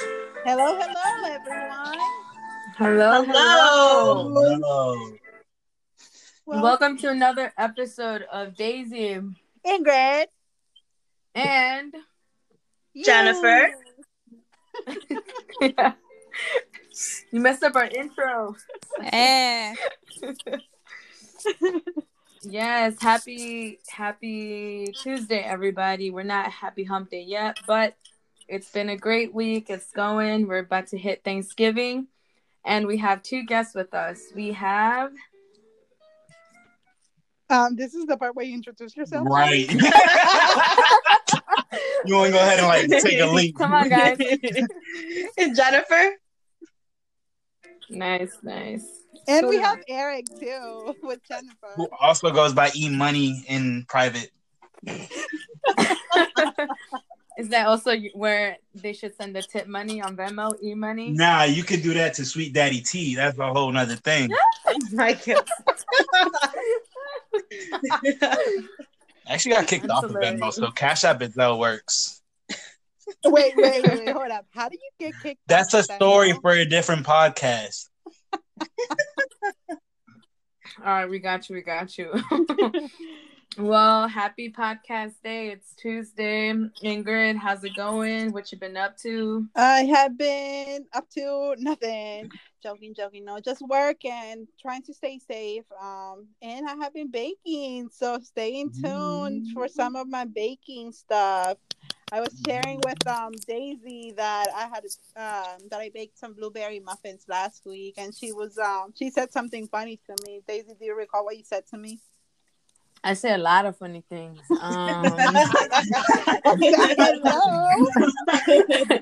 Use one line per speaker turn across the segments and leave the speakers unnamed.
Hello, hello, everyone.
Hello.
Hello.
Hello.
Welcome to another episode of Daisy
Ingrid.
and
you.
Jennifer.
you messed up our intro.
Eh,
Yes, happy happy Tuesday everybody. We're not happy hump day yet, but it's been a great week. It's going. We're about to hit Thanksgiving and we have two guests with us. We have
Um, this is the part where you introduce yourself.
Right. you want to go ahead and like take a leap?
Come on guys.
Jennifer.
nice, nice.
And we have Eric too with Jennifer.
Who also goes by E Money in private.
Is that also where they should send the tip money on Venmo, e money?
Nah, you could do that to Sweet Daddy T. That's a whole nother thing.
My God.
I Actually, got kicked
That's
off of Venmo,
hilarious.
so Cash App is how it works.
Wait, wait, wait, hold up. How do you get kicked?
That's
off
a
of that
story
now?
for a different podcast.
All right, we got you. We got you. well, happy podcast day. It's Tuesday. Ingrid, how's it going? What you been up to?
I have been up to nothing. Joking, joking. No, just work and trying to stay safe. Um, and I have been baking, so stay in tune for some of my baking stuff. I was sharing with um Daisy that I had um that I baked some blueberry muffins last week, and she was um she said something funny to me. Daisy, do you recall what you said to me?
I say a lot of funny things. Um,
Hello.
I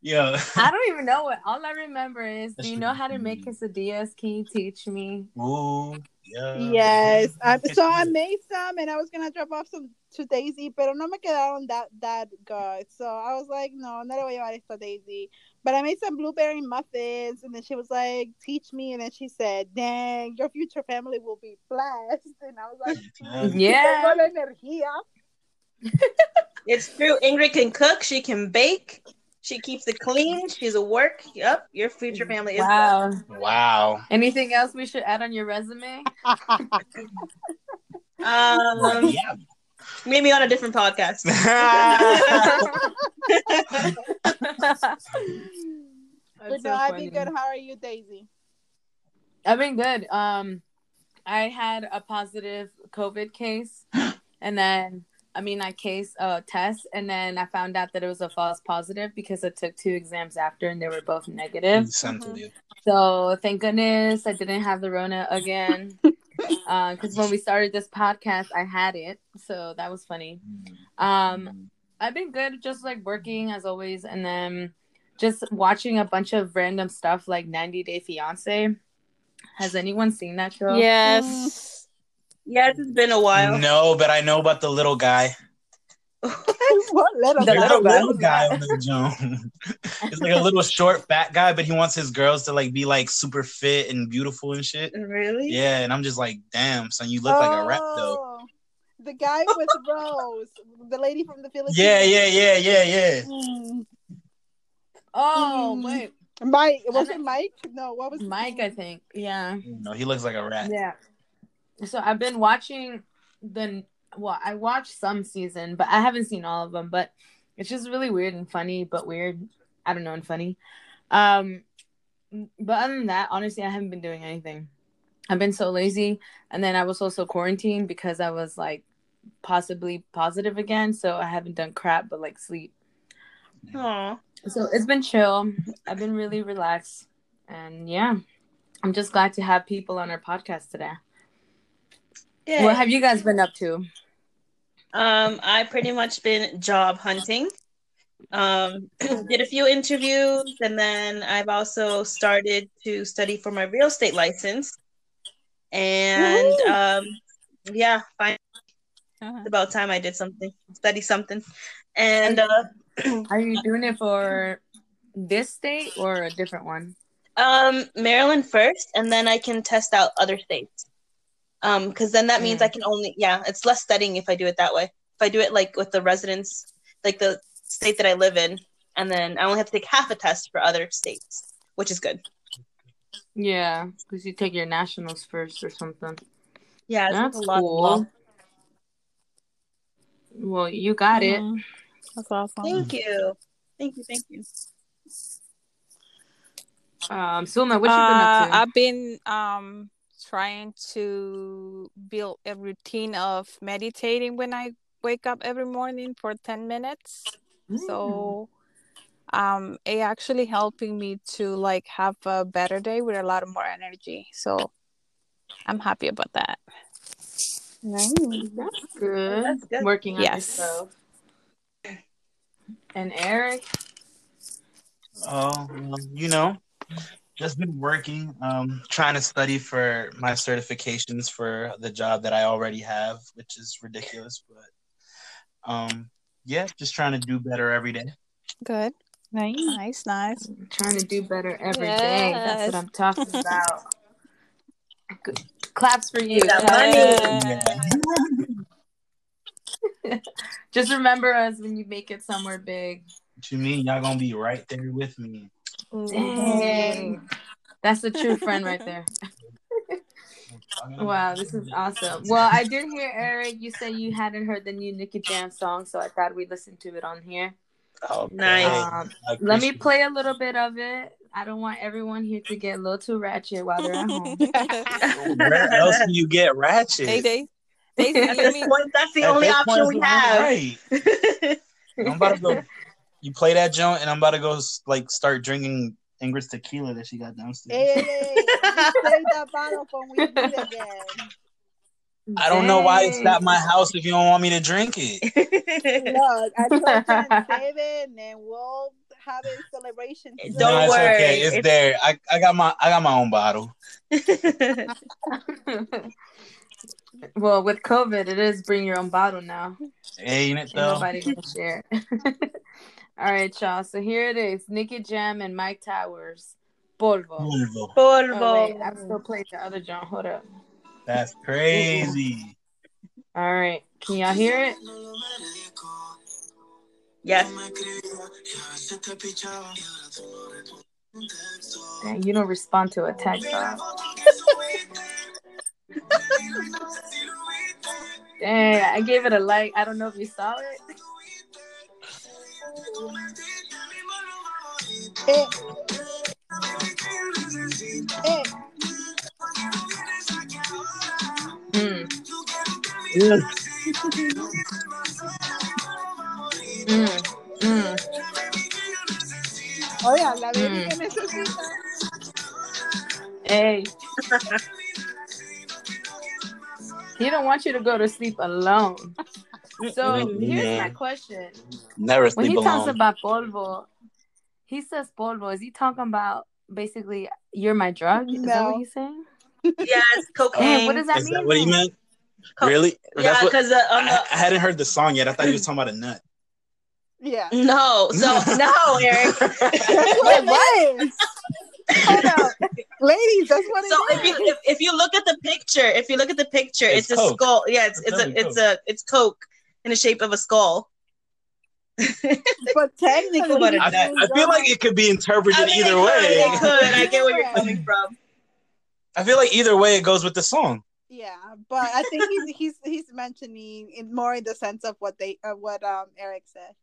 Yeah.
don't even know what. All I remember is, do you know how to make quesadillas? Can you teach me?
Ooh. Yeah.
Yes, I, so I made some, and I was gonna drop off some to Daisy, pero no me quedaron that that good. So I was like, no, no le voy a llevar esto a Daisy. But I made some blueberry muffins, and then she was like, teach me, and then she said, dang, your future family will be blessed. And I was like, "Mm,
Yeah.
Yeah.
"Tengo la energía.
It's true. Ingrid can cook. She can bake. She keeps it clean. She's a work. Yep. Your future family is.
Wow.
Wow.
Anything else we should add on your resume?
Um,
Yeah.
maybe on a different podcast.
That's
But
so
no, I've
funny.
been good. How are you, Daisy?
I've been good. Um, I had a positive COVID case, and then I mean, I case uh, test, and then I found out that it was a false positive because I took two exams after, and they were both negative.
Sent to you.
So thank goodness I didn't have the Rona again. Because when we started this podcast, I had it, so that was funny. Um, I've been good, just like working as always, and then just watching a bunch of random stuff like 90 Day Fiance. Has anyone seen that show?
yes.
yeah, it's been a while.
No, but I know about the little guy.
what little
The
There's
girl?
a
little guy.
little guy on the Jones. It's like a little short fat guy, but he wants his girls to like be like super fit and beautiful and shit.
Mm-hmm. Really?
Yeah, and I'm just like, damn, son, you look like a rap though.
Oh, The guy with Rose, the lady from the Philippines.
Yeah, yeah, yeah, yeah, yeah.
Mm.
Oh,
Mm.
wait.
Mike, was
And-
it Mike? No, what was his
Mike,
name?
I think. Yeah.
No, he looks like a rat.
Yeah. So I've been watching the, well, I watched some season, but I haven't seen all of them, but it's just really weird and funny, but weird. I don't know, and funny. Um, but other than that, honestly, I haven't been doing anything. I've been so lazy, and then I was also quarantined because I was like possibly positive again, so I haven't done crap but like sleep.
Aw.
So it's been chill. I've been really relaxed, and yeah, I'm just glad to have people on our podcast today.
Yeah.
What have you guys been up to?
Um, I pretty much been job hunting. Um, did a few interviews, and then I've also started to study for my real estate license. And
Woo!
um, yeah, fine.
Uh-huh.
It's about time I did something, study something. And uh,
Are you doing it for this state or a different one?
um, Maryland first, and then I can test out other states. Um, because then that means
Mm.
I can only yeah, it's less studying if I do it that way. If I do it like with the residents, like the state that I live in, and then I only have to take half a test for other states, which is good.
Yeah, because you take your nationals first or something.
Yeah, it's
That's
a lot of
cool. Well, you got it.
Mm.
Mhm. That's awesome.
Thank you. Thank you. Thank you.
Um, Sulma, what you been
Uh,
up to?
I've been um trying to build a routine of meditating when I wake up every morning for 10 minutes.
Mm.
So um it actually helping me to like have a better day with a lot more energy. So I'm happy about that.
Nice.
that's good.
That's good.
Working on
Yes.
yourself. And Eric,
Oh, well, you know, just been working, um, trying to study for my certifications for the job that I already have, which is ridiculous, but um, yeah, just trying to do better every day.
Good.
Nice.
Nice, nice.
trying to do better every day. That's what
Yes.
I'm talking about. Good. Claps for you.
Yeah,
guys.
money.
Just remember us when you make it somewhere big.
What you mean? Y'all gonna be right there with me.
Dang. That's a true friend right there. Wow, this is awesome. Well, I did hear Eric. You said you hadn't heard the new Nicki Jam song, so I thought we'd listen to it on here.
Okay.
Nice.
Um,
I
let me
appreciate
play a little bit of it. I don't want everyone here to get a little too ratchet while they're at home.
it. Where else do you get ratchet?
They they they
At
let
this
me
point, that's the
At
only
this point,
option
it's
we
the one
have.
Right. I'm about to go. You play that joint, and I'm about to go like start drinking Ingrid's tequila that she got downstairs.
Hey, hey, hey. eh, you save that bottle for when we meet again.
I don't know why it's
Dang.
at my house if you don't want me to drink it.
Look, I told you to save it, and then we'll have a celebration.
Don't
Nah, it's
worry.
okay. It's,
It's-
there. I, I got my I got my own bottle.
well, with COVID, it is bring your own bottle now.
Ain't it
Ain't
though?
nobody gonna share. All right, y'all. So here it is: Nicki Jam and Mike Towers, Polvo.
Louisville.
Oh, wait,
Polvo.
I've still played the other John. Hold up.
That's crazy.
All right, can y'all hear it?
Yes.
Dang, you don't respond to a text. huh? Dang, I gave it a like. I don't know if you saw it.
Eh, eh.
Mm,
Yeah.
mm, mm.
Oiga, la baby
Mm.
que necesita.
Hey. He don't want you to go to sleep alone. So
Mm-mm.
here's my question.
Never
When
sleep
he talks
alone.
about polvo, he says polvo. Is he talking about basically you're my drug? Is that what
No.
he's saying?
Yes.
Hey,
Cocaine.
what does that
Is
mean?
that what he
then?
meant?
Co-
Really?
Yeah,
That's what,
because uh, on
I,
the
I hadn't heard the song yet. I thought he was talking about a nut.
Yeah.
no, so no, Eric.
That's what it is. Hold up. Ladies, that's what it
so
is.
if you if, if you look at the picture, if you look at the picture,
It's
it's, a
Coke.
skull. Yeah, it's
It's
it's,
definitely
a it's a it's Coke in the shape of a skull.
But technically,
What a
I,
nut.
you
I feel like it could be interpreted
I mean,
either
it could,
way.
it could. I get where you're coming from.
I feel like either way it goes with the song.
yeah, but I think he's he's he's mentioning it more in the sense of what they uh, what um Eric said.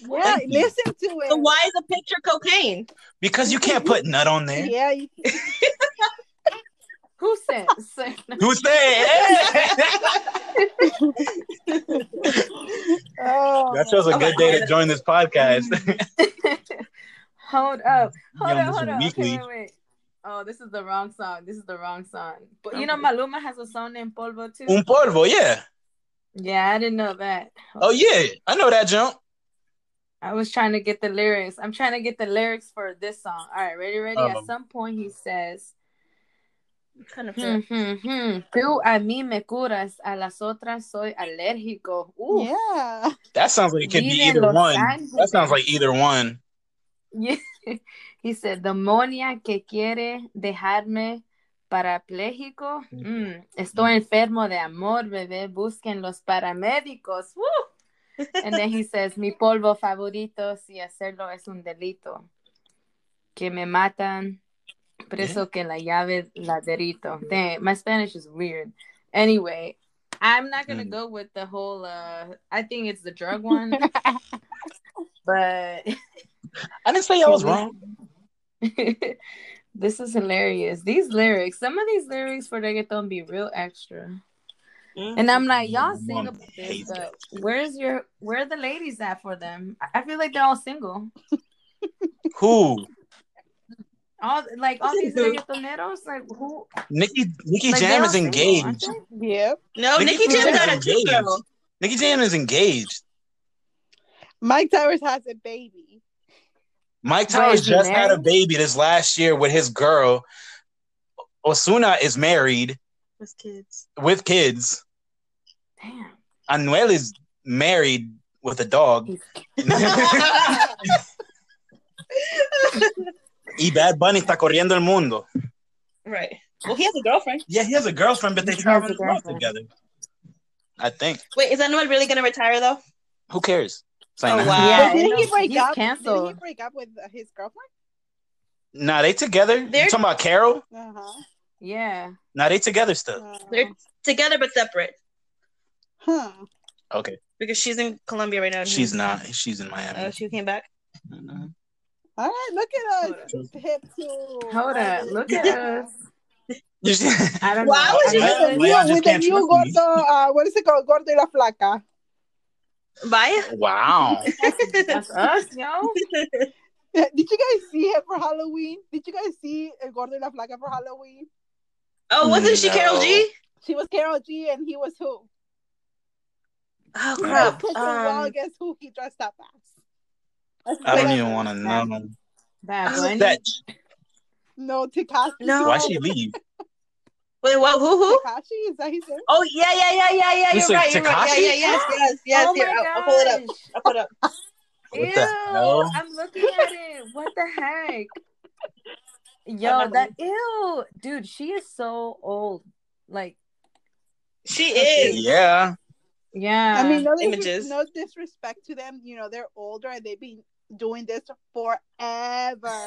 Yeah,
Thank you.
listen to it.
So why is the picture cocaine?
Because you can't put nut on there.
Yeah, you,
Who said? Say-
Who said?
oh,
that shows a
Okay.
good day to join this podcast.
hold up. Hold
Yeah,
up. Hold
listen
up.
weekly.
Okay, wait, wait. Oh, this is the wrong song. This is the wrong song. But you know, Maluma has a song named Polvo too.
Un polvo, yeah.
Yeah, I didn't know that.
Oh yeah, I know that jump.
I was trying to get the lyrics. I'm trying to get the lyrics for this song. All right, ready, ready. At
Um.
some point, he says,
Kind of
hmm, hmm, hmm. Tú a mí me curas, a las otras soy alérgico. Ooh.
yeah.
That sounds like it could be
Vive en
either
Los
one.
Ángeles.
That sounds like either one.
Yeah. He said, Demonia que quiere dejarme parapléjico. Mm, Estoy enfermo de amor, bebé. Busquen los paramédicos. Woo! And then he says, mi polvo favorito si hacerlo es un delito. Que me matan, preso que la llave laderito. Dang, my Spanish is weird. Anyway, I'm not gonna
Mm.
go with the whole. uh I think it's the drug one, but
I didn't say I was wrong.
this is hilarious. These lyrics, some of these lyrics for reggaeton be real extra.
Hmm.
And I'm like, y'all
Mm,
sing
mom
about this,
hates
but where's your where are the ladies at for them? I- I feel like they're all single.
Who?
All like all these
Single.
reggaetoneros, like who?
Nikki Nikki
Like,
Jam
they're
is
all single, aren't
engaged.
they?
Yep.
No,
Nicki
Nikki Jam
Jam
got a
engaged.
two girl.
Nikki Jam is engaged.
Mike Towers has a baby.
Wait,
Mike Towers
is he
just had a
married?
baby this last year with his girl. Osuna is married
With kids.
with kids.
Damn.
Anuel is married with a dog. y Bad Bunny está corriendo el mundo.
right. Well, he has a girlfriend.
Yeah, he has a girlfriend, but they
He has
travel
a
the world
girlfriend.
together. I think.
Wait, is Anuel really gonna retire though?
Who cares?
Oh,
Saying-
wow.
Yeah,
But didn't
I
he
know.
break
He's
up? Didn't he
canceled.
break up with uh, his girlfriend?
Nah, they together. you
They're-
talking about Carol?
Uh-huh.
Yeah.
Nah, they together still.
Uh,
They're together but separate
huh.
Okay.
because she's in Colombia right now. and
She's
he's-
uh,
not. She's in
Oh,
Miami.
she came back.
All right, look at us.
Hold
Hip to
Hold up. Look at us.
You see-
I don't
Why
know.
would you
I
With
guess
do
the
it's-
Well, I
new,
just
with the
can't
new
trust you.
gordo, uh, what is it called? Gordo y la flaca.
Bye.
wow.
That's us, yo.
Did you guys see him for Halloween? Did you guys see el gordo y la flaca for Halloween?
oh, wasn't she Carol G?
She was Carol G, and he was who?
Oh
No.
crap.
Christian Wall.
Um,
Guess who he dressed up as? That's
I don't
what
even want to
uh,
know.
Bad
Oh,
Bunny.
That
No, Takashi.
No.
why she leave?
wait, what? Who? Who?
Takashi is that his name?
Oh yeah, yeah, yeah, yeah, yeah.
You
You're
said
right. You're right. Yeah,
Tekashi?
yeah, yes, yes, yes.
oh
here,
my
I'll,
gosh.
I'll pull it up. I'll pull it up.
What
Ew,
the hell?
I'm looking at it. What the heck? Yo,
Another
that ew, dude. She is so old. Like,
She is.
Yeah.
yeah.
I mean, no, dis-
images.
no disrespect to them. You know, they're older and they've been doing this forever.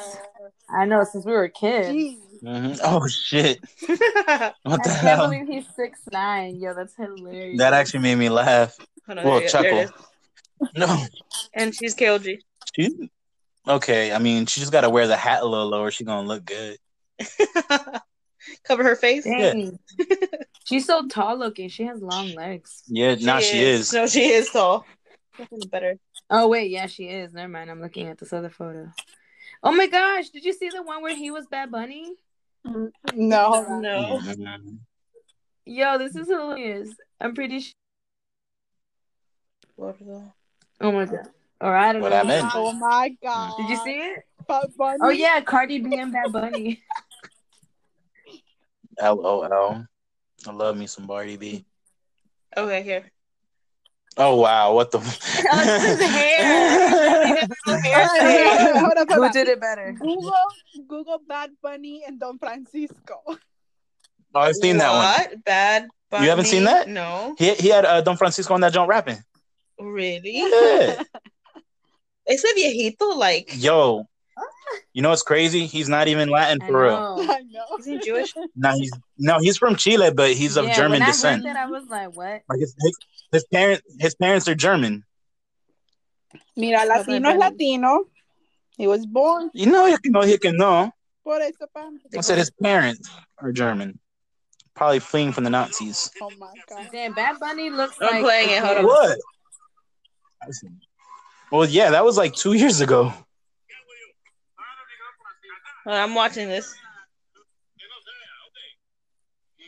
I know since we were kids.
Jeez.
Mhm. Oh shit. What
I
the
can't
hell?
believe he's six nine. Yo, that's hilarious.
That actually made me laugh.
Hold on,
Well,
there you go. There it
chuckle.
is.
No.
And she's Carol G.
She, okay, I mean, she just got to wear the hat a little lower. She gonna look good.
Cover her face.
Dang. She's so tall looking. She has long legs.
Yeah, now she is.
No, she is tall. Nothing better.
Oh wait, yeah, she is. Never mind. I'm looking at this other photo. Oh my gosh, did you see the one where he was Bad Bunny?
No.
Oh, No.
Mhm.
Yo, this is hilarious. I'm pretty sure.
Mm.
Oh my god. Or I don't
What
know.
I meant.
Oh my god.
Did you see it?
Bad Bunny.
Oh yeah, Cardi B and Bad Bunny.
LOL. I love me some Barty B.
Okay, here.
Oh wow, what the?
it's his hair. He did the
All right,
hair
hold up,
thing.
hold up, hold up.
it better?
Google Google Bad Bunny and Don Francisco.
oh, I've seen that one.
What? Bad.
You haven't
Bunny?
seen that?
No.
He he had uh, Don Francisco on that joint rapping.
Really?
Yeah.
It's a viejito, like.
Yo, you know what's crazy? He's not even Latin
I
for real.
know.
I know.
Isn't he Jewish?
No, he's no, he's from Chile, but he's of
Yeah,
German
when
descent.
I heard that, I was like, what?
Like his, his his parent his parents are German.
Mira,
Bad
Latino es
Bunny.
Latino. He was born
You know, you can know, you can know.
por eso, pam.
I said his parents are German, probably fleeing from the Nazis.
Oh my god.
Damn, Bad Bunny looks
I'm
like.
playing it, hold on.
What? Well, yeah, that was like two years ago.
Hold on, I'm watching this.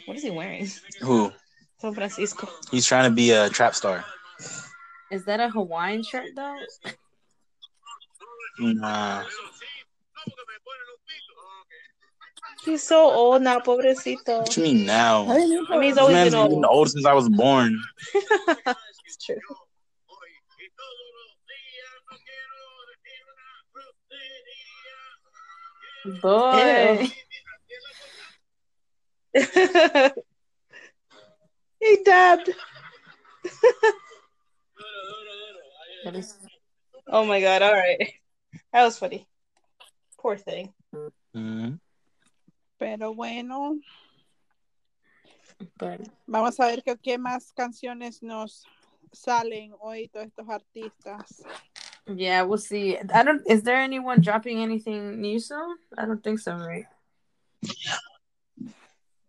What is he wearing?
Who?
San Francisco.
He's trying to be a trap star.
Is that a Hawaiian shirt though?
Nah.
He's so old now, pobrecito.
What you mean now?
I didn't
I mean, he's
know.
always
This man's
been
been
old.
old since I was born.
It's true.
Boy,
he dabbed. Oh my god! All right, that was funny. Poor thing.
Mm.
Pero bueno,
But
vamos a ver qué, qué más canciones nos salen hoy todos estos artistas.
yeah, we'll see. I don't. Is there anyone dropping anything new soon? I don't think so, right?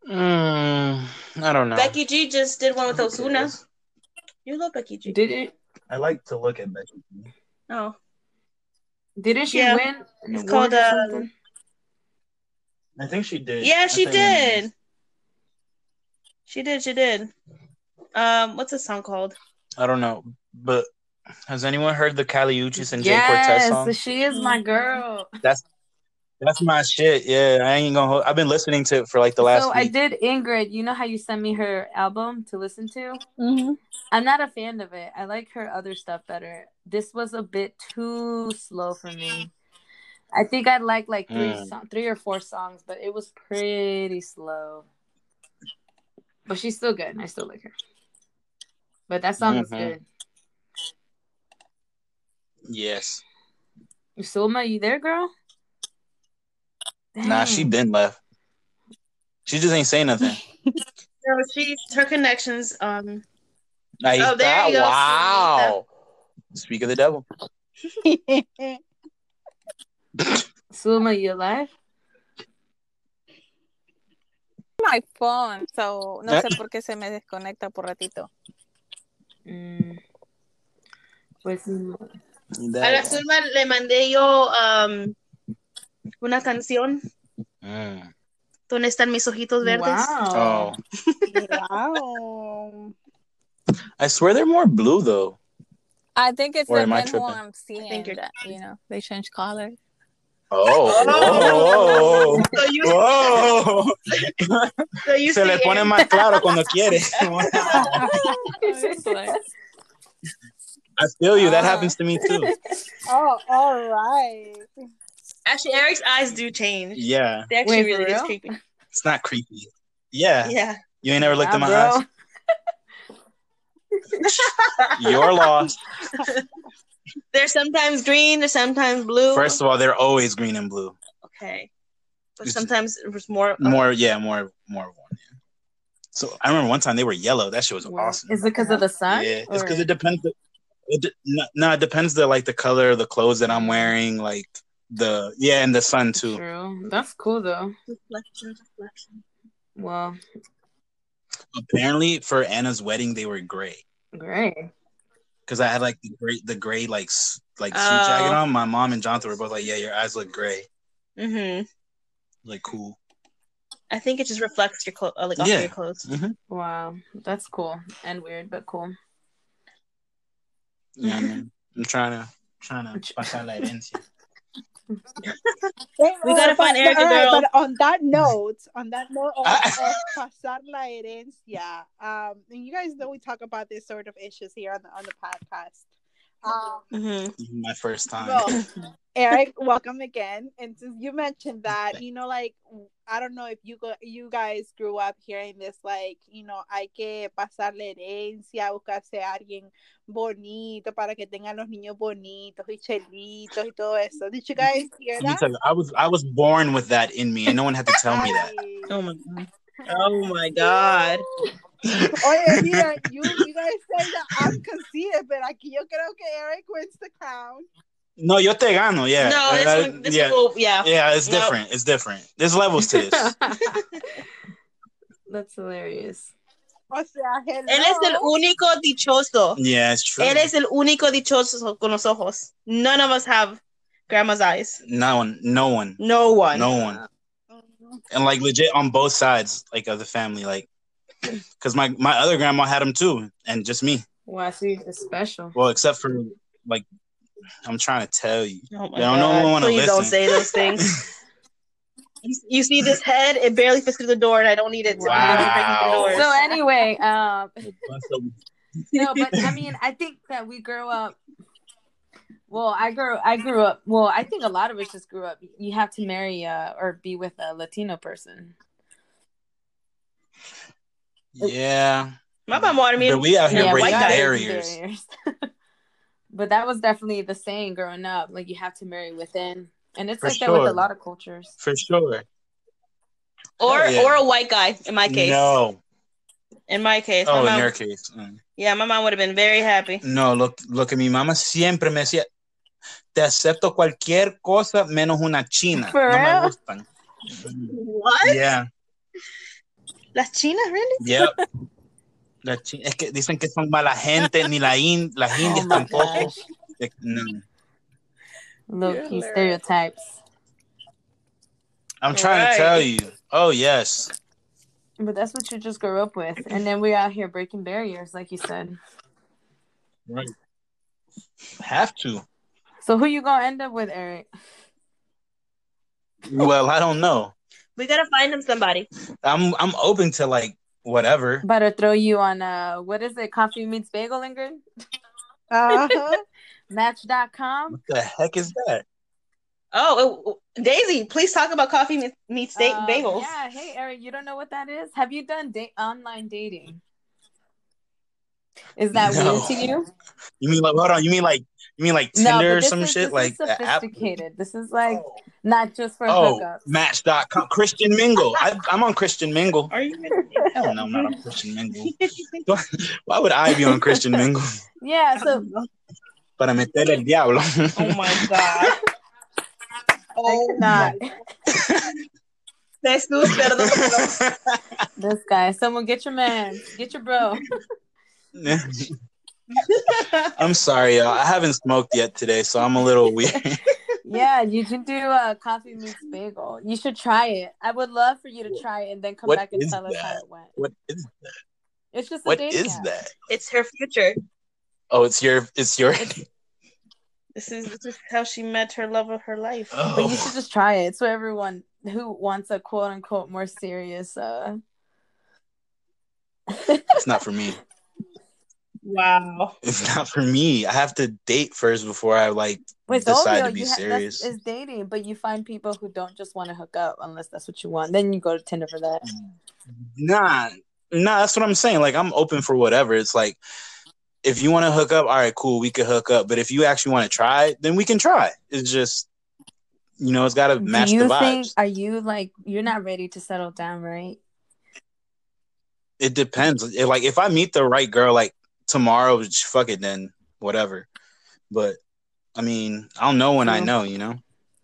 Mm, I don't know.
Becky G just did one with Osuna. You love Becky G.
Did it?
I like to look at Becky. G.
Oh,
Didn't she
Yeah.
win? an
It's
award
called,
or
uh,
something?
I think she did.
yeah,
I
she
think-
did. She did. She did. Um, what's the song called?
I don't know, but has anyone heard the Caliuchis and Jay Cortez
yes,
song?
she is
Mm.
my girl.
That's my shit. Yeah, I ain't gonna. Hold, I've been listening to it for like the last
so I
week.
did Ingrid. You know how you sent me her album to listen to?
Mm-hmm.
I'm not a fan of it. I like her other stuff better. This was a bit too slow for me. I think I like like three
Mm.
so- three or four songs, but it was pretty slow. But she's still good. and I still like her. But that song is
Mhm.
good.
Yes.
Sulma, you there, girl?
Nah, she
Dang.
been left. She just ain't saying nothing.
No, she's her connections. Um,
Like,
Oh, there you go,
Wow. Speak of the devil.
Sulma, you alive?
My phone, so no
Eh.
sé por qué se me desconecta por ratito.
Mm. Pues,
a la Zulma le mandé yo um, una canción.
Mm.
¿Dónde están mis ojitos verdes?
wow.
Oh,
wow.
I swear they're more blue though.
I think it's
Or
the
am I
red
tripping?
one I'm seeing.
you're-
That, you know, they change color.
Oh.
Oh, whoa,
So you,
whoa.
so you
Se le
see
pone
it.
más claro cuando quiere.
It's like-
I feel you. That
Ah.
happens to me too.
Oh, all right.
Actually, Eric's eyes do change.
Yeah,
They actually
Wait, for
really is
real?
creepy.
it's not creepy. Yeah,
Yeah.
you ain't never looked
Wow,
in my
bro.
eyes. You're lost.
They're sometimes green, they're sometimes blue.
First of all, they're always green and blue.
okay. But
It's-
sometimes it was more.
More, yeah, more, more warm. Yeah. So I remember one time they were yellow. That shit was
Wow.
awesome.
Is it because of the sun?
Yeah, it's because
or-
it depends. The, it de- no, no, it depends the like the color of the clothes that I'm wearing, like the yeah, and the sun too.
True. That's cool though.
reflection, reflection.
Well,
Apparently, for Anna's wedding, they were gray
great.
because I had like the gray, the gray like s- like suit
Oh.
jacket on. My mom and Jonathan were both like, "Yeah, your eyes look gray."
Mm-hmm.
Like cool.
I think it just reflects your clothes, like off
Yeah.
your clothes.
Wow, that's cool and weird, but cool.
Yeah, man. I'm trying to trying to pasar la herencia.
We gotta find Erica,
all right,
girl.
But on that note, on that note of,
Ah.
of pasar la herencia, um, and you guys know we talk about this sort of issues here on the on the podcast. Um,
Mm-hmm.
My first time.
Well, Eric, welcome again. And since you mentioned that,
Thank-
you know, like I don't know if you go, you guys grew up hearing this, like you know, hay que pasarle herencia, buscarse a alguien bonito para que tengan los niños bonitos y chelitos y todo eso. Did you guys hear
Let me
that?
tell you, I was I was born with that in me, and no one had to tell me that.
Ay.
Oh my god. Oh my god.
Oye, mira, you, you guys say that I'm conceited, but aquí yo creo que Eric wins the crown.
No, yo te gano. Yeah.
No, this
Uh,
one, this
yeah.
one will, yeah.
Yeah, it's
Nope.
different. It's different. There's levels to this.
that's hilarious.
O sea, hello.
Eres el único dichoso.
yeah, it's true.
Eres el único dichoso con los ojos. None of us have grandma's eyes.
No one, no one,
No one.
no one, and like legit on both sides, like of the family, like, because my my other grandma had them too, and just me.
Wow, see, it's special.
Well, except for like, I'm trying to tell you.
Oh my
They don't
God.
wanna
Please don't
listen.
say those things. you, you see this head? It barely fits through the door, and I don't need it. to
Wow.
barely fit through the
So
door.
anyway, um, no, but I mean, I think that we grow up. Well, I grew, I grew up. Well, I think a lot of us just grew up. You have to marry uh, or be with a Latino person.
Yeah.
My mom wanted me
But we out here
Yeah,
breaking
white guy.
barriers.
barriers. But that was definitely the saying growing up. Like you have to marry within, and it's
For
like that with
sure.
a lot of cultures.
for sure.
or
Oh, yeah.
or a white guy in my case.
No.
In my case, my
Oh, in
mom,
your case. Mm.
yeah, my mom would have been very happy.
No, lo, lo que mi mamá siempre me decía, te acepto cualquier cosa menos una china.
For
no
real?
me gustan.
What?
Yeah,
Las chinas, really?
yeah. La chi- es que dicen que son mala gente, ni la in- las
Oh
indias tampoco. De- no.
Low
You're
key
hilarious.
stereotypes.
I'm trying
Right.
to tell you. Oh, yes.
But that's what you just grew up with, and then we're out here breaking barriers, like you said.
Right. Have to.
So who you gonna end up with, Eric?
Well, I don't know.
We gotta find him somebody.
I'm I'm open to like whatever.
Better throw you on uh, what is it? Coffee meets bagel, Ingrid.
Uh-huh.
Match.com.
What the heck is that?
Oh, it- Daisy, please talk about coffee meets meet steak
Um,
bagels.
Yeah. Hey, Eric, you don't know what that is? Have you done da- online dating? Is that
No.
weird to you?
You mean like hold on? You mean like you mean like Tinder or
this
some
is,
shit
this
like
is
the app?
sophisticated. This is like
Oh.
not just for
Oh,
hookups.
Match.com. Christian Mingle. I, I'm on Christian Mingle.
Are you? Really?
Hell no, I'm not on Christian Mingle. Why would I be on Christian Mingle?
Yeah. So
Para meter el diablo.
oh my god. Oh
not
Jesus, perdón, perdón.
this guy. Someone get your man. Get your bro.
I'm sorry, y'all. I haven't smoked yet today, so I'm a little weird.
Yeah, you should do a coffee meets bagel. You should try it. I would love for you to try it and then come
What
back and
is
tell us how
that?
it went.
What is
It's just a
what
dating
is
app.
that?
It's her future.
Oh, it's your it's your.
This is this is how she met her love of her life.
But you should
Oh,
just try it. It's for everyone who wants a quote unquote more serious uh
it's not for me.
Wow.
It's not for me. I have to date first before I like
with
decide
Oreo,
to be
you ha- that's-
serious.
is dating, but you find people who don't just want to hook up unless that's what you want. Then you go to Tinder for that.
Nah, nah, that's what I'm saying. Like, I'm open for whatever. It's like, if you want to hook up, all right, cool, we could hook up. But if you actually want to try, it, then we can try. It's just, you know, it's got to match
Do
the
you
vibes.
think are you like you're not ready to settle down, right?
It depends. It- like, if I meet the right girl, like tomorrow, sh- fuck it, then whatever. But I mean, I'll know when I
True.
know. You know,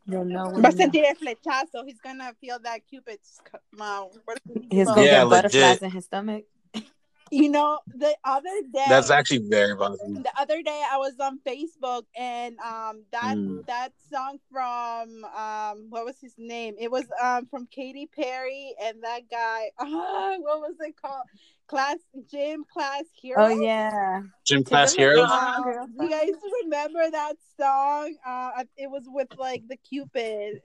You'll know when
Va a
you know.
sentir el flechazo. He's gonna feel that Cupid's. c- Wow. What is it?
He's
Well,
gonna
Yeah,
get butterflies
legit.
in his stomach.
You know, the other day.
that's actually very possible.
the other day I was on Facebook and um that
Mm.
that song from um what was his name? It was um from Katy Perry and that guy ah, what was it called? Class gym class hero.
Oh yeah.
Gym class
Timberlake.
hero.
Um,
Girl,
you guys remember that song? Uh, it was with like the Cupid,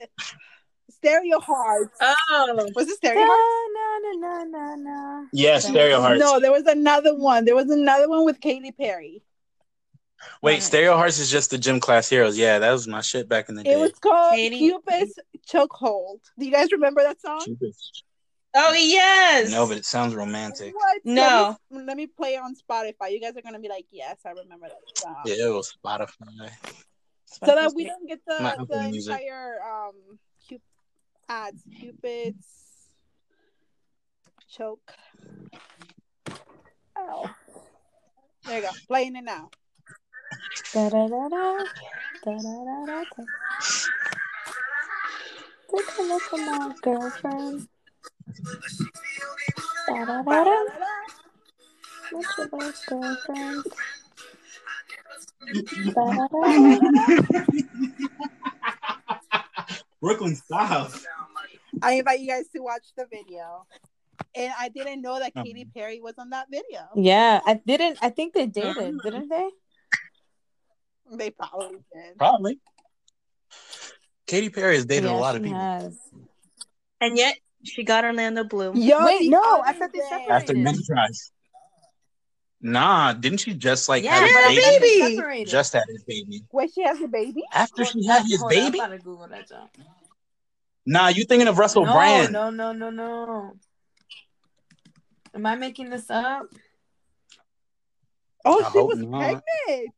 Stereo Hearts.
Oh.
Was it
Na,
Stereo Hearts?
na, na, na, na, na.
Yeah, Stereo Hearts.
No, there was another one. There was another one with Katy Perry.
Wait, Stereo Hearts is just the gym class heroes. Yeah, that was my shit back in the day.
It was called
Katy-
Cupid's Chokehold. Do you guys remember that song?
Cupid's-
Oh yes.
No, but it sounds romantic.
What?
No.
Let me, let me play on Spotify. You guys are gonna be like, yes, I remember that song.
Yeah, it was Spotify.
So that we don't get
My
the,
Apple
the
Music.
entire um cup- ads, Cupid's choke.
Oh.
Ow.
There you go. Playing it now.
Da, da, da, da. Da, da, da, da, da. Take a look at my girlfriend. Da, da, da, da. Look at my girlfriend. Da, da, da, da.
Brooklyn style.
I invite you guys to watch the video. And I didn't know that
Oh.
Katy Perry was on that video.
Yeah, I didn't. I think they dated, didn't they?
They probably did.
Probably. Katy Perry has dated
yeah,
a lot of
she
people.
Has.
And yet she got Orlando Bloom.
Yo,
Wait,
the
no,
other
I thought they
day-
separated.
After many tries. Nah, didn't she just like
yeah,
have
but
I
a
think
baby?
they
baby.
separated.
Just had his baby.
Wait, she has a baby?
After she had his
Hold on, I'm
baby?
about to Google that, y'all.
Nah, you thinking of Russell Brand?
No, no, no, no, no. Am I making this up?
Oh,
I
she
hope
was
not.
pregnant.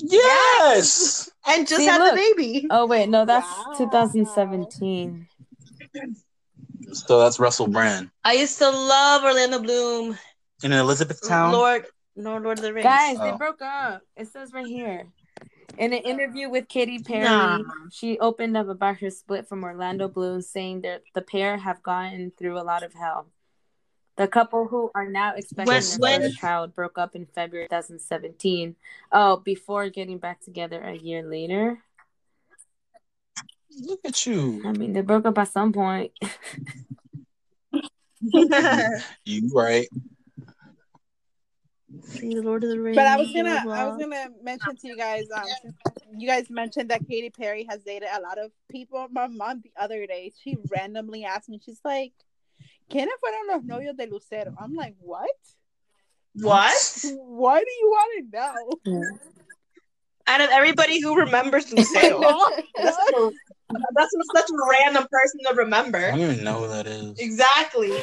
Yes.
and just
See,
had
look.
the baby.
Oh wait, no, that's
Wow.
2017.
So that's Russell Brand
I used to love Orlando Bloom.
in Elizabethtown.
Lord, Lord, Lord of the Rings.
Guys, they
Oh.
broke up. It says right here. In an interview with Katy Perry,
Nah.
she opened up about her split from Orlando Bloom, saying that the pair have gotten through a lot of hell. The couple who are now expecting
When-
their
when-
first child broke up in February 2017. Oh, before getting back together a year later.
Look at you.
I mean, they broke up at some point.
You right.
See the Lord of the Rings.
But I was gonna,
blah,
I was
blah.
gonna mention to you guys. Um, since you guys mentioned that Katy Perry has dated a lot of people. My mom the other day, she randomly asked me. She's like, "¿Quiénes fueron los novios de Lucero?" I'm like, "What?
What?
Why do you want to know?"
Out of everybody who remembers Lucero, that's, that's such a random person to
I
remember.
don't even know who that is.
Exactly.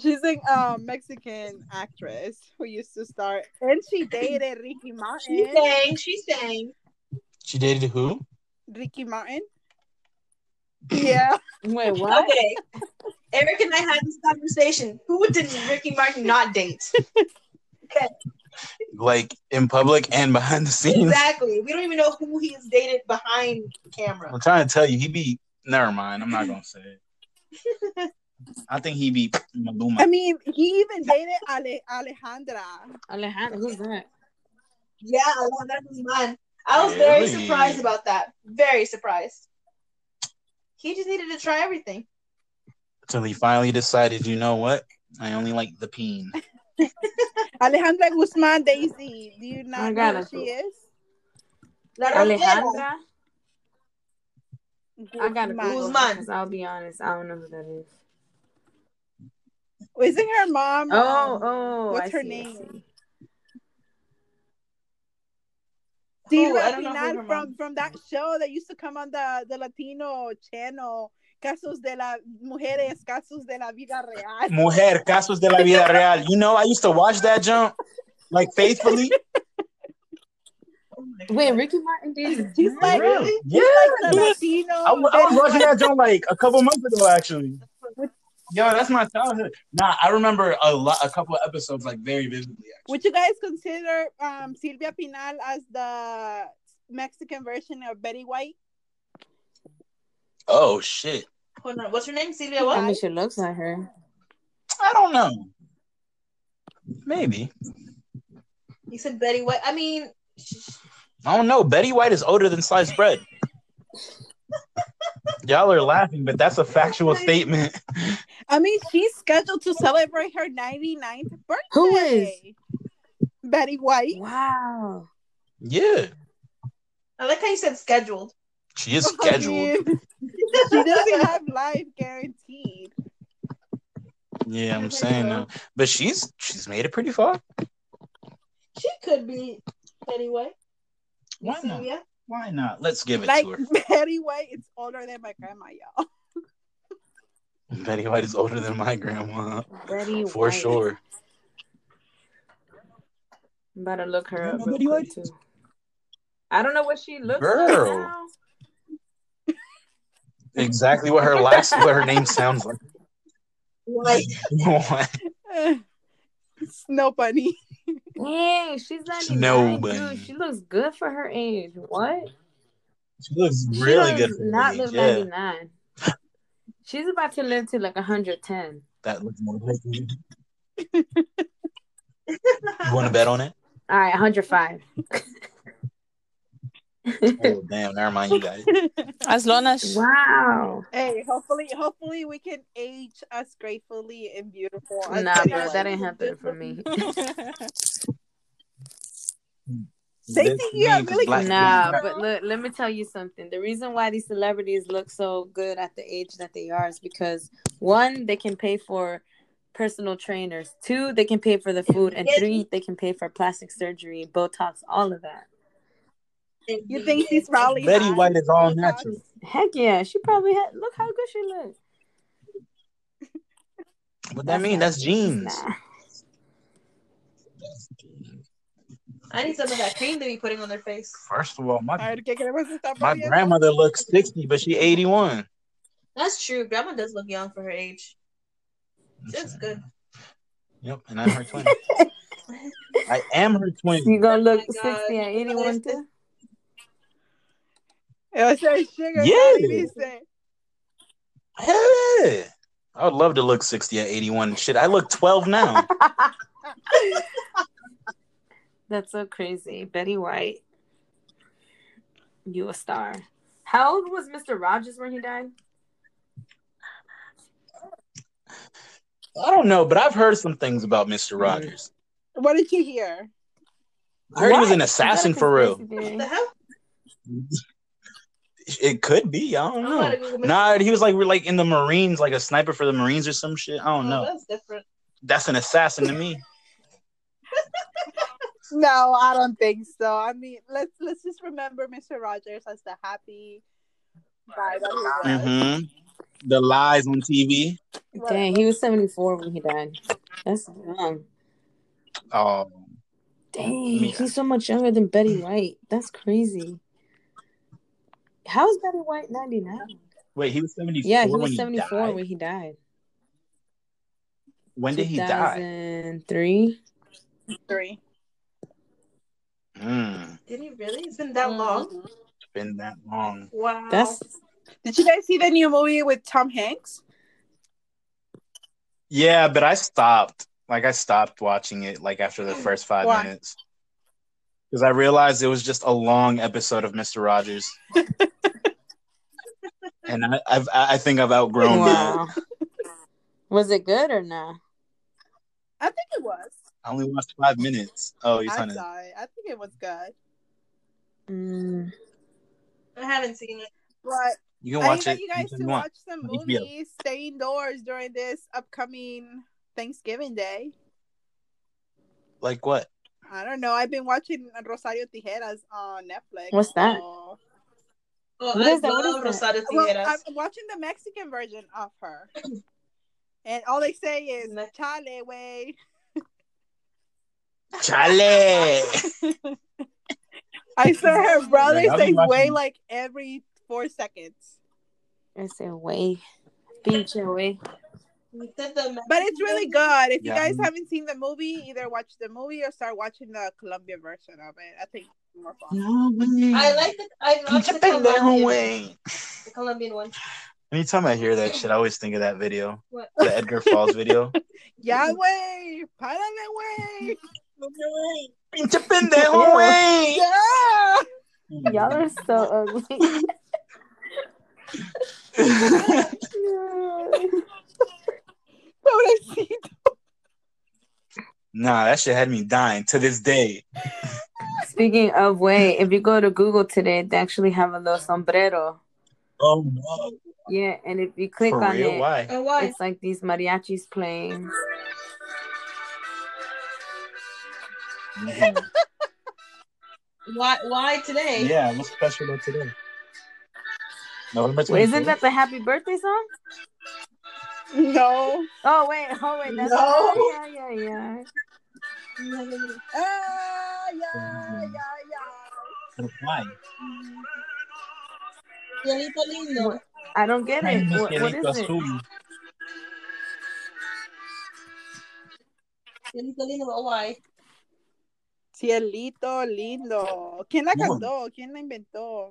She's an um, Mexican actress who used to star, and she dated Ricky
She
Martin.
sang. She sang.
She dated who?
Ricky Martin. Yeah,
Wait, what?
Okay. Eric and I had this conversation. Who did Ricky Martin not date?
Like in public and behind the scenes.
exactly. We don't even know who he has dated behind the camera.
I'm trying to tell you, he be. Never mind. I'm not gonna say it. I think he be
I
Maluma.
mean, he even dated Ale- Alejandra.
Alejandro, who's that?
Yeah, I know that was mine. I was very
Really?
surprised about that. Very surprised. He just needed to try everything.
Till he finally decided, you know what? I only like the peen.
Alejandra Guzman Daisy. Do you
I
not know
gotta
who she is?
La Roquera.
Alejandra? I gotta
Guzmán.
Google her,
Guzman.
'cause I'll be honest, I don't know who that is.
Isn't her mom?
Oh,
um,
oh,
what's
I
her
see, I
name?
see.
Who?
Silvia
I don't know who her
Pinal
mom
from
is.
from that show that used to come on the the Latino channel. Casos de la mujeres, casos de la vida real.
Mujer, casos de la vida real. You know, I used to watch that jump like faithfully.
Oh my
Wait,
God.
Ricky Martin did.
She's like,
Really? Yeah.
she's like the
yes.
Latino.
I, wa- I was watching that jump like a couple months ago, actually. Yo, that's my childhood. Nah, I remember a lot, a couple of episodes like very vividly. Actually,
Would you guys consider um, Silvia Pinal as the Mexican version of Betty White?
oh shit,
Hold on. What's her name? Celia
I
what?
mean, she looks like her.
I don't know. Maybe
You said Betty White. I mean,
I don't know. Betty White is older than sliced bread. Y'all are laughing, but that's a factual statement.
I mean, she's scheduled to celebrate her 99th birthday.
Who is?
Betty White?
Wow.
Yeah,
I like how you said scheduled.
she is
I
scheduled.
mean, she doesn't have life guaranteed.
Yeah, I'm saying though, but she's she's made it pretty far.
She could be Betty White.
Why not?
Celia.
Why not? Let's give it
Like
to her.
Betty White, it's older than my grandma, y'all.
Betty White is older than my grandma,
Betty
for
White.
sure.
I'm about to look her
You
up
know
real
Betty
quick,
White?
too. I don't know what she looks
Girl.
like now.
Exactly what her last, what her name sounds like.
White.
Snow bunny.
Dang, she's 99,
Snowbunny.
dude. She looks good for her age. What?
she looks
She
really
does
good. for her
not
age,
look
yeah,
99. She's about to live to like 110.
that looks more like you. You want to bet on it?
All right, 105.
Oh damn! Never mind. You got it.
As long as
wow.
Hey, hopefully, hopefully we can age us gratefully and beautiful. as
Nah,
Betty
bro,
White.
that ain't happening for me.
They
That's
think you are
me, 'cause
really
black-
Nah,
black-
but look, let me tell you something. The reason why these celebrities look so good at the age that they are is because one, they can pay for personal trainers, two, they can pay for the food, and three, they can pay for plastic surgery, Botox, all of that.
You think she's probably
Betty
hot?
White is all
Botox.
natural.
Heck yeah, she probably had. Look how good she looks.
What that mean? That's genes.
Nah.
I need some of that cream to be putting on their face.
First of all,
A
my
ver, ¿qué queremos estar
my
poniendo?
grandmother looks sixty, but she eighty one.
That's true. Grandma does look young for her age. She looks good.
Yep, and I'm her twin. I am her twin.
You gonna look
Oh my God.
sixty and eighty one too?
Yo soy sugar
Yeah.
daddy, dice.
Hell yeah. I would love to look sixty at eighty one. Shit, I look twelve now.
That's so crazy. Betty White. You a star. How old was Mr. Rogers when he died?
I don't know, but I've heard some things about
Hmm.
Mister Rogers.
What did you hear?
I heard he was
What?
an assassin
Is that a
for real.
conspiracy
What
theory?
the hell?
It could be. I don't
I'm about to
know.
Google Mr.
Nah, he was like we're like in the Marines, like a sniper for the Marines or some shit. I don't know.
Oh, That's different.
That's an assassin to me.
No, I don't think so. I mean, let's let's just remember Mr. Rogers as the happy guy that he was.
hmm The lies on TV.
Dang, he was seventy four when he died. That's young.
Oh,
Dang,
Yeah.
he's so much younger than Betty White. That's crazy. How is Betty White ninety nine?
wait, he was seventy four.
Yeah, he was seventy four when he died.
When did he die?
Three.
Three.
Mm,
Did he really? It's been that long.
been that long.
Wow.
That's
Did you guys see the new movie with Tom Hanks?
Yeah, but I stopped. Like I stopped watching it like after the first five
Why?
minutes. Because I realized it was just a long episode of Mr. Rogers. and I, I've I I think I've outgrown that.
wow. was it good or not?
I think it was.
I only watched five minutes. Oh, you're
I
trying to
saw it. I think it was good.
Mm.
I haven't seen it.
But
you can
I
watch
invite
it.
you guys
anytime
to
you want.
watch some
on HBO.
movies, stay indoors during this upcoming Thanksgiving Day.
Like what?
I don't know. I've been watching Rosario Tijeras on Netflix.
What's that?
so-
Oh,
What
I
is that? What
love
is
Rosario Tijeras.
Well, I'm watching the Mexican version of her. And all they say is
Me-
chale way.
Chale.
I saw her brother
Like, I'll be
say way
watching-
like every four seconds.
I said way. Beach away.
You said the
But it's really good. If
Yeah.
you guys haven't seen the movie, either watch the movie or start watching the Colombian version of it. I think it's more fun.
No way.
I like the. I love the Colombian, the Colombian one.
Anytime I hear that shit, I always think of that video.
What?
The Edgar Falls video.
Yahweh, párale way.
Pinche pendejo, wey.
Yeah.
Y'all are so ugly.
Pobrecito.
nah, that shit had me dying to this day.
Speaking of way, if you go to Google today, they actually have a little sombrero.
Oh no.
Yeah, and if you click
For
on
real?
it,
Why?
Oh, why?
it's like these mariachis playing.
Mhm.
Why? Why today?
yeah, what's special about today? November 24th.
Wait, isn't that the happy birthday song?
No.
Oh wait, oh wait, that's
No.
oh, yeah, yeah, yeah.
Ah, yeah, yeah, yeah.
Why?
Cielito lindo.
I don't get it.
Christmas
What, what
Cielito
is it?
Azul.
Cielito lindo. But why?
Cielito lindo. ¿Quién la
No.
cantó? ¿Quién la inventó?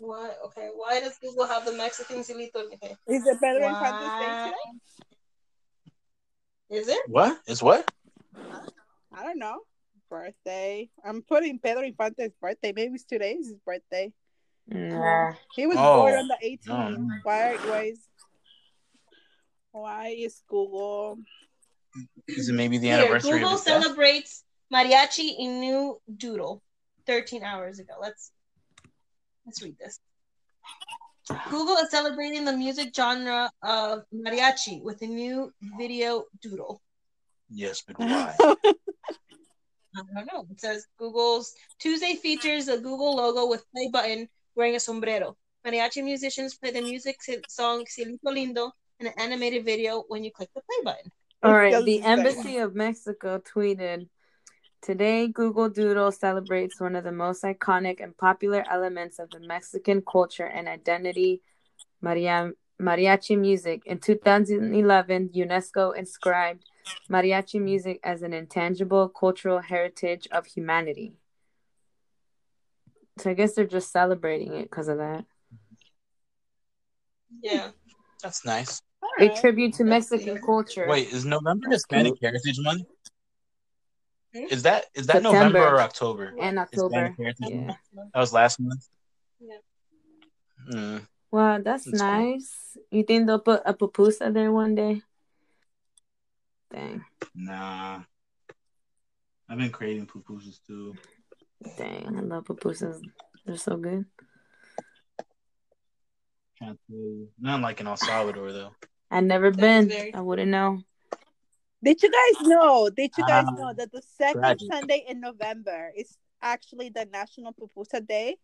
Why? Okay. Why does Google have the Mexican cielito? Okay.
Is it Pedro Infante's day
Why?
today?
Is it?
What? It's what?
I don't know. Birthday. I'm putting Pedro Infante's birthday. Maybe it's today is his birthday.
Nah.
He was
Oh,
born on the 18th.
no.
Why? Why is? Why is Google?
Is it maybe the
Here,
anniversary
Google
of his death?
celebrates mariachi in new doodle 13 hours ago. Let's let's read this. Google is celebrating the music genre of mariachi with a new video doodle.
Yes, but why?
I don't know. It says Google's Tuesday features the Google logo with play button wearing a sombrero. Mariachi musicians play the music si- song Cielito Lindo in an animated video when you click the play button.
All right.
just
The
the same.
Embassy of Mexico tweeted Today, Google Doodle celebrates one of the most iconic and popular elements of the Mexican culture and identity maria- mariachi music. In 2011, UNESCO inscribed mariachi music as an intangible cultural heritage of humanity. So I guess they're just celebrating it because of that.
Yeah.
That's nice.
A tribute to Mexican culture.
Wait, is November Hispanic Heritage Month?
Hmm?
Is that is that
September.
November or October?
And October.
Hispanic Heritage
Yeah.
Month.
Oh,
That was last month.
Yeah.
Hmm.
Wow, that's,
That's cool.
nice. You think they'll put a pupusa there one day? Dang,
Nah. I've been creating pupusas too.
dang, I love pupusas. They're so good.
Can't tell you. Not like in El Salvador though.
I've never
That's
been.
very-
I wouldn't know.
Did you guys know? Did you guys
Ah,
know that the second
tragic.
Sunday in November is actually the National Pupusa Day?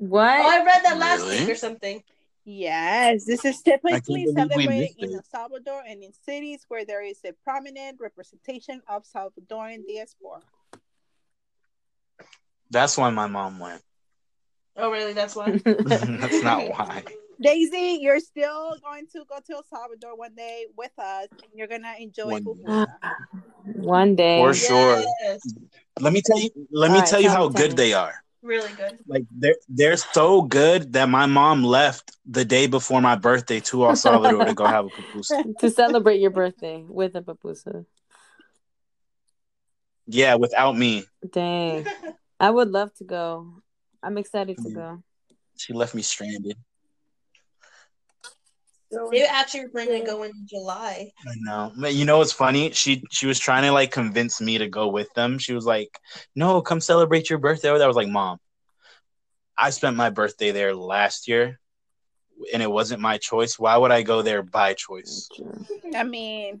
Oh, I
What?
read that last
Really?
week or something.
Yes, this is
can't
typically
believe we
celebrated
missed
in
it.
El Salvador and in cities where there is a prominent representation of Salvadoran diaspora.
That's why my mom went.
Oh, really? That's why.
That's not why.
Daisy, you're still going to go to El Salvador one day with us, and you're gonna enjoy
One day.
pupusa.
one day.
For sure.
Yes.
Let me tell you let me
All right,
tell you
tell
how
me, tell
good
me.
they are.
Really good.
Like they're they're so good that my mom left the day before my birthday to El Salvador to go have a pupusa.
to celebrate your birthday with a pupusa.
Yeah, without me. Mm.
Dang, I would love to go. I'm excited to go.
She left me stranded.
They actually were planning to go in July.
I know. But you know what's funny? She she was trying to like convince me to go with them. She was like, "No, come celebrate your birthday." over there." I was like, "Mom, I spent my birthday there last year, and it wasn't my choice. Why would I go there by choice?"
I mean,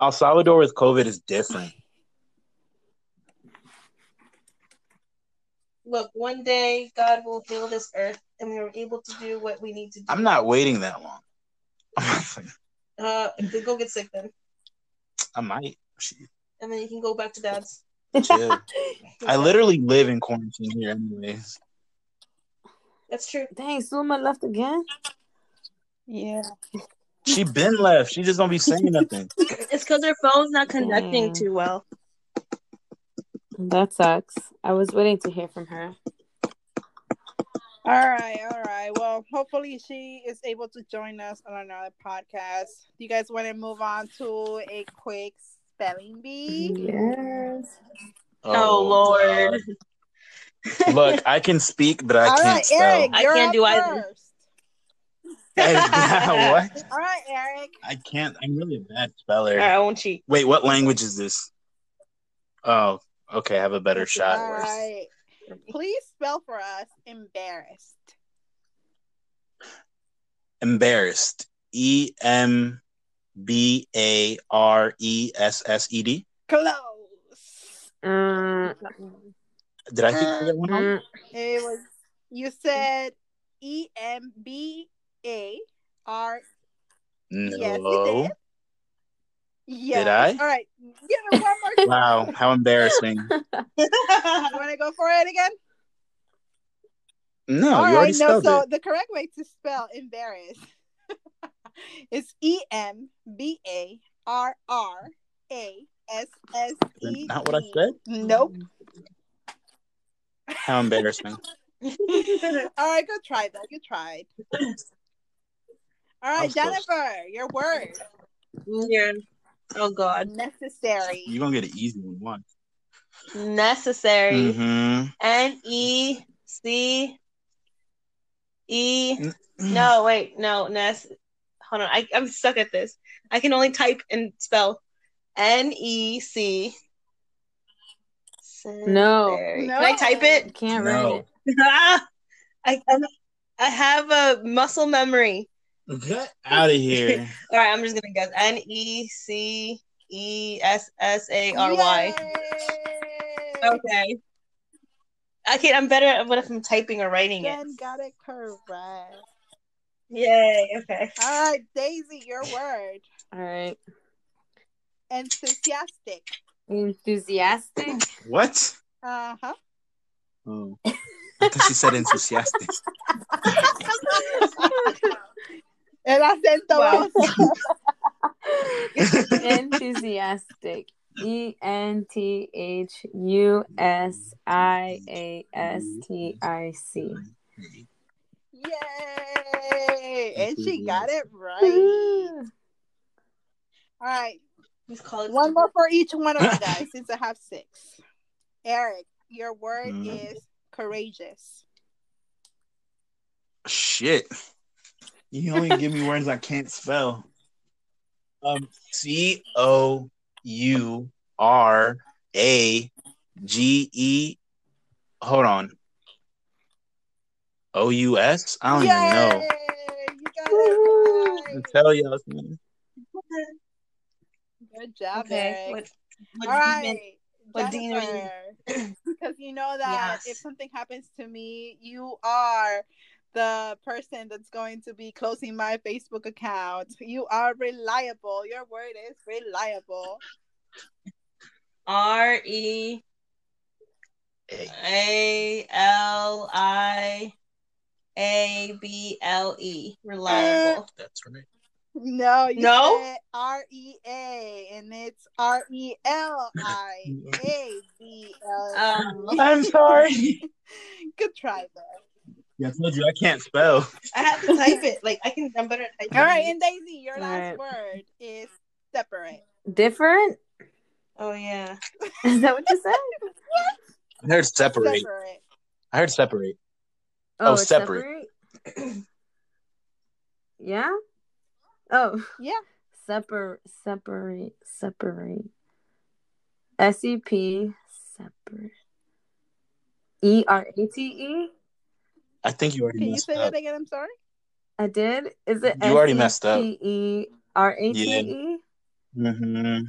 El Salvador with COVID is different.
Look, one day God will heal this earth, and we are able to do what we need to do.
I'm not waiting that long.
Uh, go get sick then,
I might. Shit,
and then you can go back to dad's.
chill. I literally live in quarantine here, anyways.
That's true.
Dang, Suma left again.
yeah.
She been left. She just don't be saying nothing.
It's because her phone's not conducting
Dang.
Mm.
too well.
That sucks. I was waiting to hear from her.
All right, all right. Well, hopefully she is able to join us on another podcast. You guys want to move on to a quick spelling bee?
Yes.
Oh, Lord.
God. Look, I can speak, but I
all
can't
right,
spell.
Eric,
I
you're
can't
up
do either.
first.
Hey, what?
All right, Eric.
I can't. I'm really a bad speller.
All right, I won't cheat.
Wait, what language is this? Oh, okay. I have a better shot.
All right. uh, Please spell for us embarrassed.
Embarrassed. E M B A R E S S E D.
Close.
Mm,
Did I think of that one? out?
mm,
It was you said E M B A R
No.
Yes, you did. Yeah.
I?
All right. Give it one more time.
Wow, how embarrassing.
You want to go for it again?
No,
All
you already
right. No,
spelled
so
it.
the correct way to spell embarrass is E M B A R R A S S E.
Not what I said?
Nope.
How embarrassing.
All right, go try that. You tried. All right,
was close.
Jennifer, your word
Yeah. Oh God.
necessary.
You're going to get an easy one. Watch.
Necessary.
Mhm.
N E C E. No, wait, no, Ness. Hold on, I, I'm stuck at this. I can only type and spell N E C.
No.
Can
No.
I type
you
it?
can't write
No.
it.
Ah! I I'm- I have a muscle memory.
Get out of here.
All right, I'm just gonna guess N E C E S S A R Y.
Yay!
Oh, Okay. Okay, I'm better at what if I'm typing or writing it.
Jen got it Uh, correct.
Yay. Okay.
All right, Daisy, your word.
All right.
Enthusiastic.
Enthusiastic.
What?
Uh huh.
Oh. I thought she said enthusiastic.
El acento
Wow.
bajo.
enthusiastic. E N T H U S I A S T I C.
Yay! And she got it right. All right,
Let's call it
one more for each one of you guys since I have six. Eric, your word
Mm.
is courageous.
Shit. You only give me words I can't spell. Um, C O U R A G E. Hold on. O U S? I don't even know.
You got it
I
right.
tell y'all. man.
Good job,
Okay.
Eric.
What,
All
what
right.
what do you know
Jennifer, because you know that
Yes.
if something happens to me, you are the person that's going to be closing my Facebook account. You are reliable. Your word is reliable.
R E A L I A B L E. Reliable.
That's right.
No, you
No?
R E A, and it's R E L I A B L.
Um,
I'm sorry.
Good try, though.
Yeah, I told you I can't spell.
I have to type it. Like I can. I'm better at typing.
All right, and Daisy, your
All
last
right.
word is separate.
Different?
Oh yeah.
Is that what you said?
I heard separate.
Separate.
I heard separate. Oh,
it's
separate.
separate? yeah? Oh.
Yeah.
Separ- separate, separate. S E P, separate. E R A T E?
I think you already
Can you
messed
say
up.
that again? I'm sorry.
I did? Is it
You already messed up.
E R A T E?
Mhm.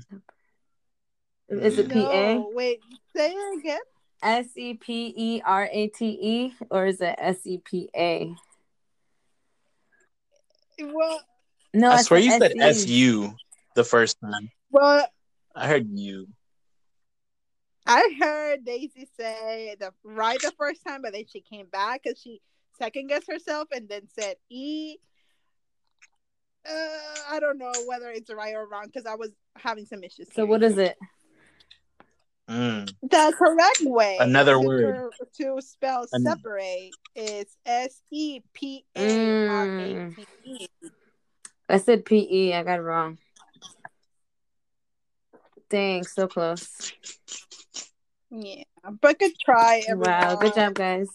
Is it P A?
No, wait. Say it again.
S E P E R A T E or is it S E P A?
Well,
No,
I swear you said
SE.
S E U the first time.
well,
I heard you.
I heard Daisy say the right the first time, but then she came back and she second guessed herself and then said E. Uh, I don't know whether it's right or wrong because I was having some
E.
issues.
So what is it?
Mm.
the correct way?
Another
to
word.
cor- to spell
An-
separate is S E P A R A T
Mm.
E.
I said P E. I got it wrong. Dang, so close.
Yeah, but good try, everyone.
Wow, good job, guys.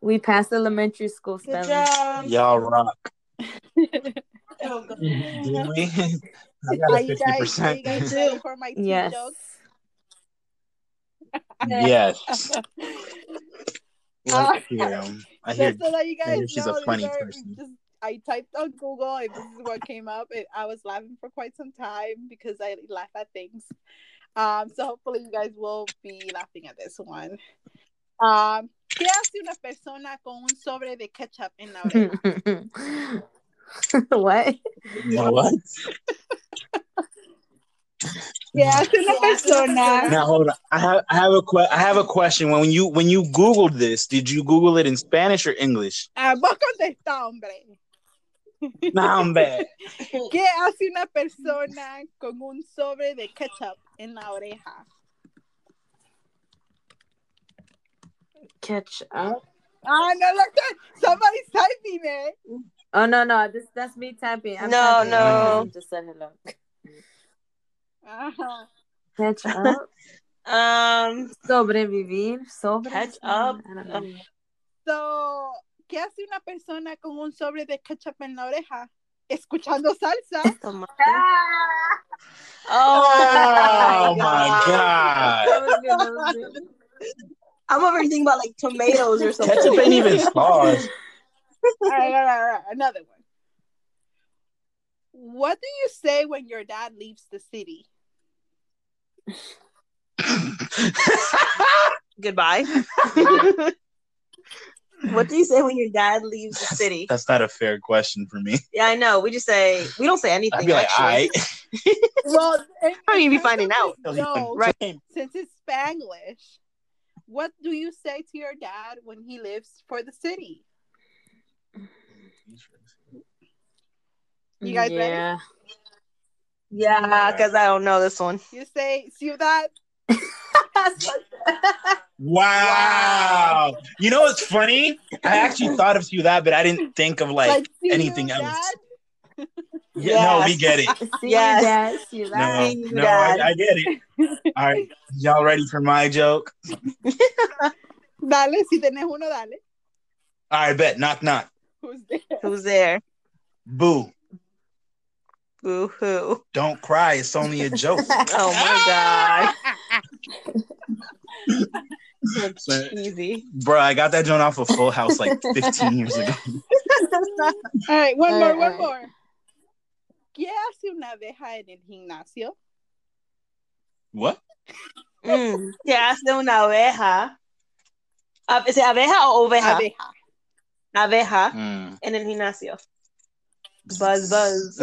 We passed elementary school
Good
spelling.
job.
Y'all rock.
Oh, God.
Did we? I got
Are
a
you
fifty
guys, are you
percent.
guys ready for my tea
Yes.
joke?
Yes.
Uh,
Let's hear 'em. I hear.
just so that you
I hear
guys
she's
know,
a
these
funny
are
person.
just I typed on Google and this is what came up. And I was laughing for quite some time because I laugh at things. Um, so hopefully you guys will be laughing at this one. Um, ¿Qué hace una persona con un sobre de ketchup en la oreja?
what?
You know what?
¿Qué hace una persona?
Now hold on. I have I have a que- I have a question. When you when you Googled this, did you Google it in Spanish or English?
Ah, vos contestá, hombre.
Nah, I'm bad.
¿Qué hace una persona con un sobre de ketchup en la oreja?
Catch up.
Ah, no lo sé. Somebody's typing it.
Oh no no, this that's me tapping. I'm
No,
tapping.
no.
I just said hello.
Ajá.
Catch up.
Um,
Sobrevivir. Sobre.
catch up.
I don't know.
Um,
So, ¿qué hace una persona con un sobre de ketchup en la oreja? Escuchando salsa.
tomato.
Ah!
Oh
Oh my god.
That was good, that was good.
I'm over here thinking about like tomatoes or something.
Ketchup ain't even sauce.
All right, all right, all right. Another one. What do you say when your dad leaves the city?
Goodbye. What do you say when your dad leaves the city?
That's not a fair question for me.
Yeah, I know. We just say we don't say anything.
I'd be like, all
actually.
right.
Well, in-
How you be
in terms
finding
of
out?
this joke,
Right.
Since it's Spanglish, what do you say to your dad when he lives for the city? You guys ready?
yeah.
Yeah, because I don't know this one.
You say ciudad.
Wow.
Wow. You know what's funny? I actually thought of you that, but I didn't think of like, anything
ciudad?
else. Yeah, no, we
Yes.
get it.
See you,
Yes.
Dad. See you,
No,
Dad.
you,
no, I,
Dad.
I get it. All right, y'all ready for my joke?
Dale, si tenés uno, dale.
All right, bet. Knock, knock.
Who's there?
Who's there?
Boo.
Boo hoo.
Don't cry. It's only a joke.
Oh my god.
So,
Easy.
Bro, I got that joint off of Full House like 15 years ago.
All right, one
All
more,
right,
one
all
more. ¿Qué hace una abeja en el gimnasio?
What?
Mm. ¿Qué hace una abeja? A- ¿Es abeja o oveja?
Abeja.
Abeja
Mm.
en el gimnasio. Buzz, buzz.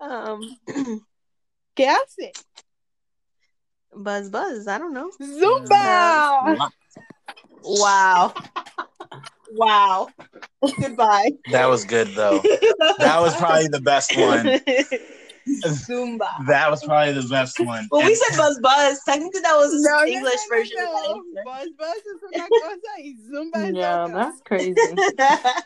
Um,
¿Qué hace?
buzz, buzz. I don't know.
Zumba.
Wow. Wow. Goodbye.
that was good though. That was probably the best one.
Zumba.
That was probably the best one.
Well, we said buzz, buzz. Technically, that was
No, no,
English
no, no,
version. of
no.
that
Buzz, buzz es una cosa y zumba es
Yeah,
otra.
that's crazy.
answer.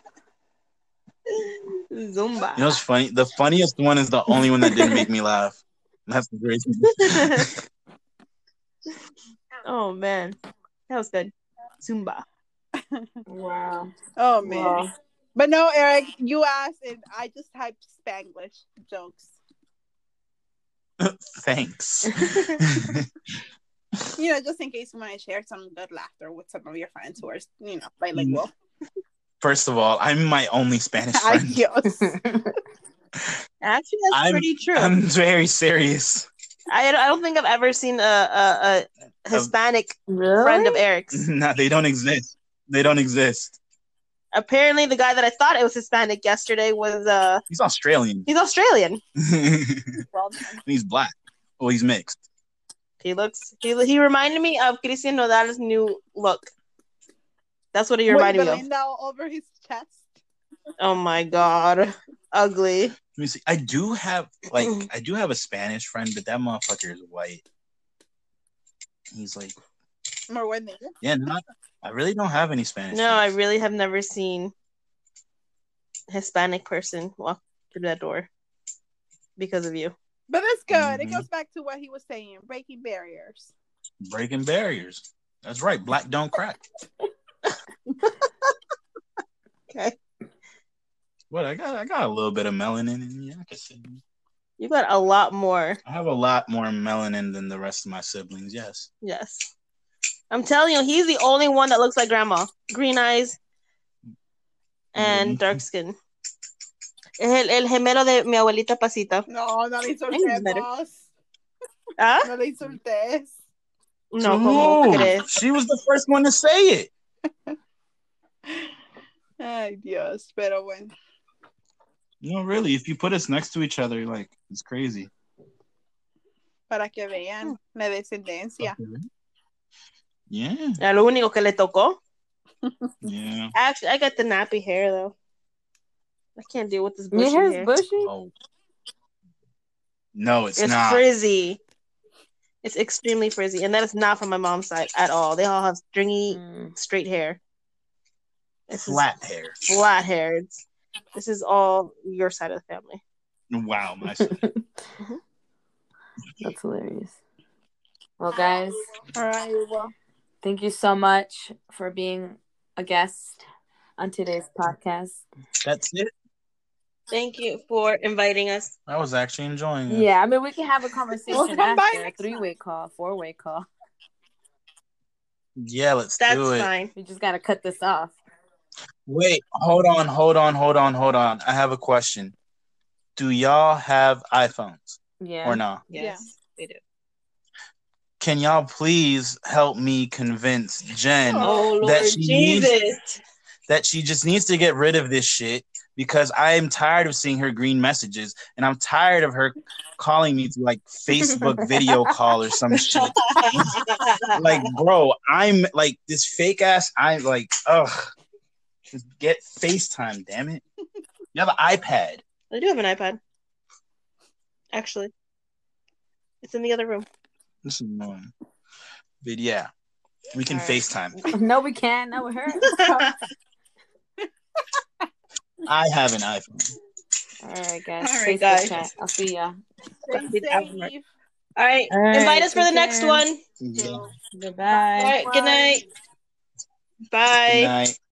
Zumba.
You know what's funny? The funniest one is the only one that didn't make me laugh. That's the greatest.
oh man, that was good. Zumba.
wow.
Oh man.
Wow.
But no, Eric, you asked and I just typed Spanglish jokes.
Thanks.
You know, just in case you want to share some good laughter with some of your friends who are, you know, bilingual.
First of all, I'm my only Spanish friend.
Adios.
Actually, that's
I'm-
pretty true.
I'm very serious.
I, I don't think I've ever seen a, a, a Hispanic
really?
friend of Eric's.
No, they don't exist. They don't exist.
Apparently, the guy that I thought it was Hispanic yesterday was uh
He's Australian.
he's Australian.
well done.
he's black. Well, he's mixed.
He looks he he reminded me of Cristian Nodal's new look. That's what he
With
reminded me of.
Belinda all over his chest.
Oh my god, ugly.
Let me see. I do have like
Mm.
I do have a Spanish friend, but that motherfucker is white. He's like,
More when they
yeah, no, I really don't have any Spanish.
No, I
friends.
really have never seen Hispanic person walk through that door because of you.
But that's good.
Mhm.
Mm-hmm.
It goes back to what he was saying, breaking barriers.
breaking barriers. That's right. Black don't crack.
Okay.
What I got? I got a little bit of melanin in me. I can see.
You got a lot more.
I have a lot more melanin than the rest of my siblings. Yes.
Yes. I'm telling you, he's the only one that looks like grandma. Green eyes and
Mhm.
dark skin. Es el, el gemelo de mi abuelita Pasita.
No, no le
better.
insultemos.
¿Ah?
No le insultes.
No, ¿cómo
Dude,
crees?
she was the first one to say it.
Ay, Dios, pero bueno.
No, really. If you put us next to each other, like it's crazy.
Para que
Ah.
vean la descendencia.
Yeah.
Era lo único que le tocó.
Yeah.
Actually, I got the nappy hair though. I can't deal with this
Your
bushy hair.
hair's bushy.
Oh. No, it's,
It's
not.
frizzy. It's extremely frizzy, and that is not from my mom's side at all. They all have stringy,
Mm.
straight hair. This is
Flat hair.
flat hair. It's- This is all your side of the family.
Wow. My
Mm-hmm.
That's hilarious. Well, guys,
All right, well.
thank you so much for being a guest on today's podcast.
That's it.
Thank you for inviting us.
I was actually enjoying
Mm-hmm.
it.
Yeah, I mean, we can have a
We'll
conversation
come by
after a
next
three way call, four way call.
Yeah, let's
That's
do it.
fine.
We just got to cut this off.
Wait, hold on, hold on, hold on, hold on. I have a question. Do y'all have iPhones
Yeah.
or not?
Yeah.
Yes, we do.
can y'all please help me convince Jen
Oh Lord
That she needs-
Jesus.
that she just needs to get rid of this shit because I am tired of seeing her green messages and I'm tired of her calling me through like Facebook video call or some shit. Like, bro, I'm like this fake ass. I like, ugh, just get FaceTime, damn it. You have an iPad.
I do have an iPad. Actually. It's in the other room.
This is annoying. But yeah, we can
All right.
FaceTime.
no, we can. That would hurt.
All
I have an iPhone.
All right, guys.
All right,
Facebook
guys.
chat. I'll see ya.
Stay
Good outlook.
safe.
right.
All right,
Invite us for the
take
next
care.
one.
Yeah.
Goodbye.
All right.
Bye.
Good night. Bye.
Good night.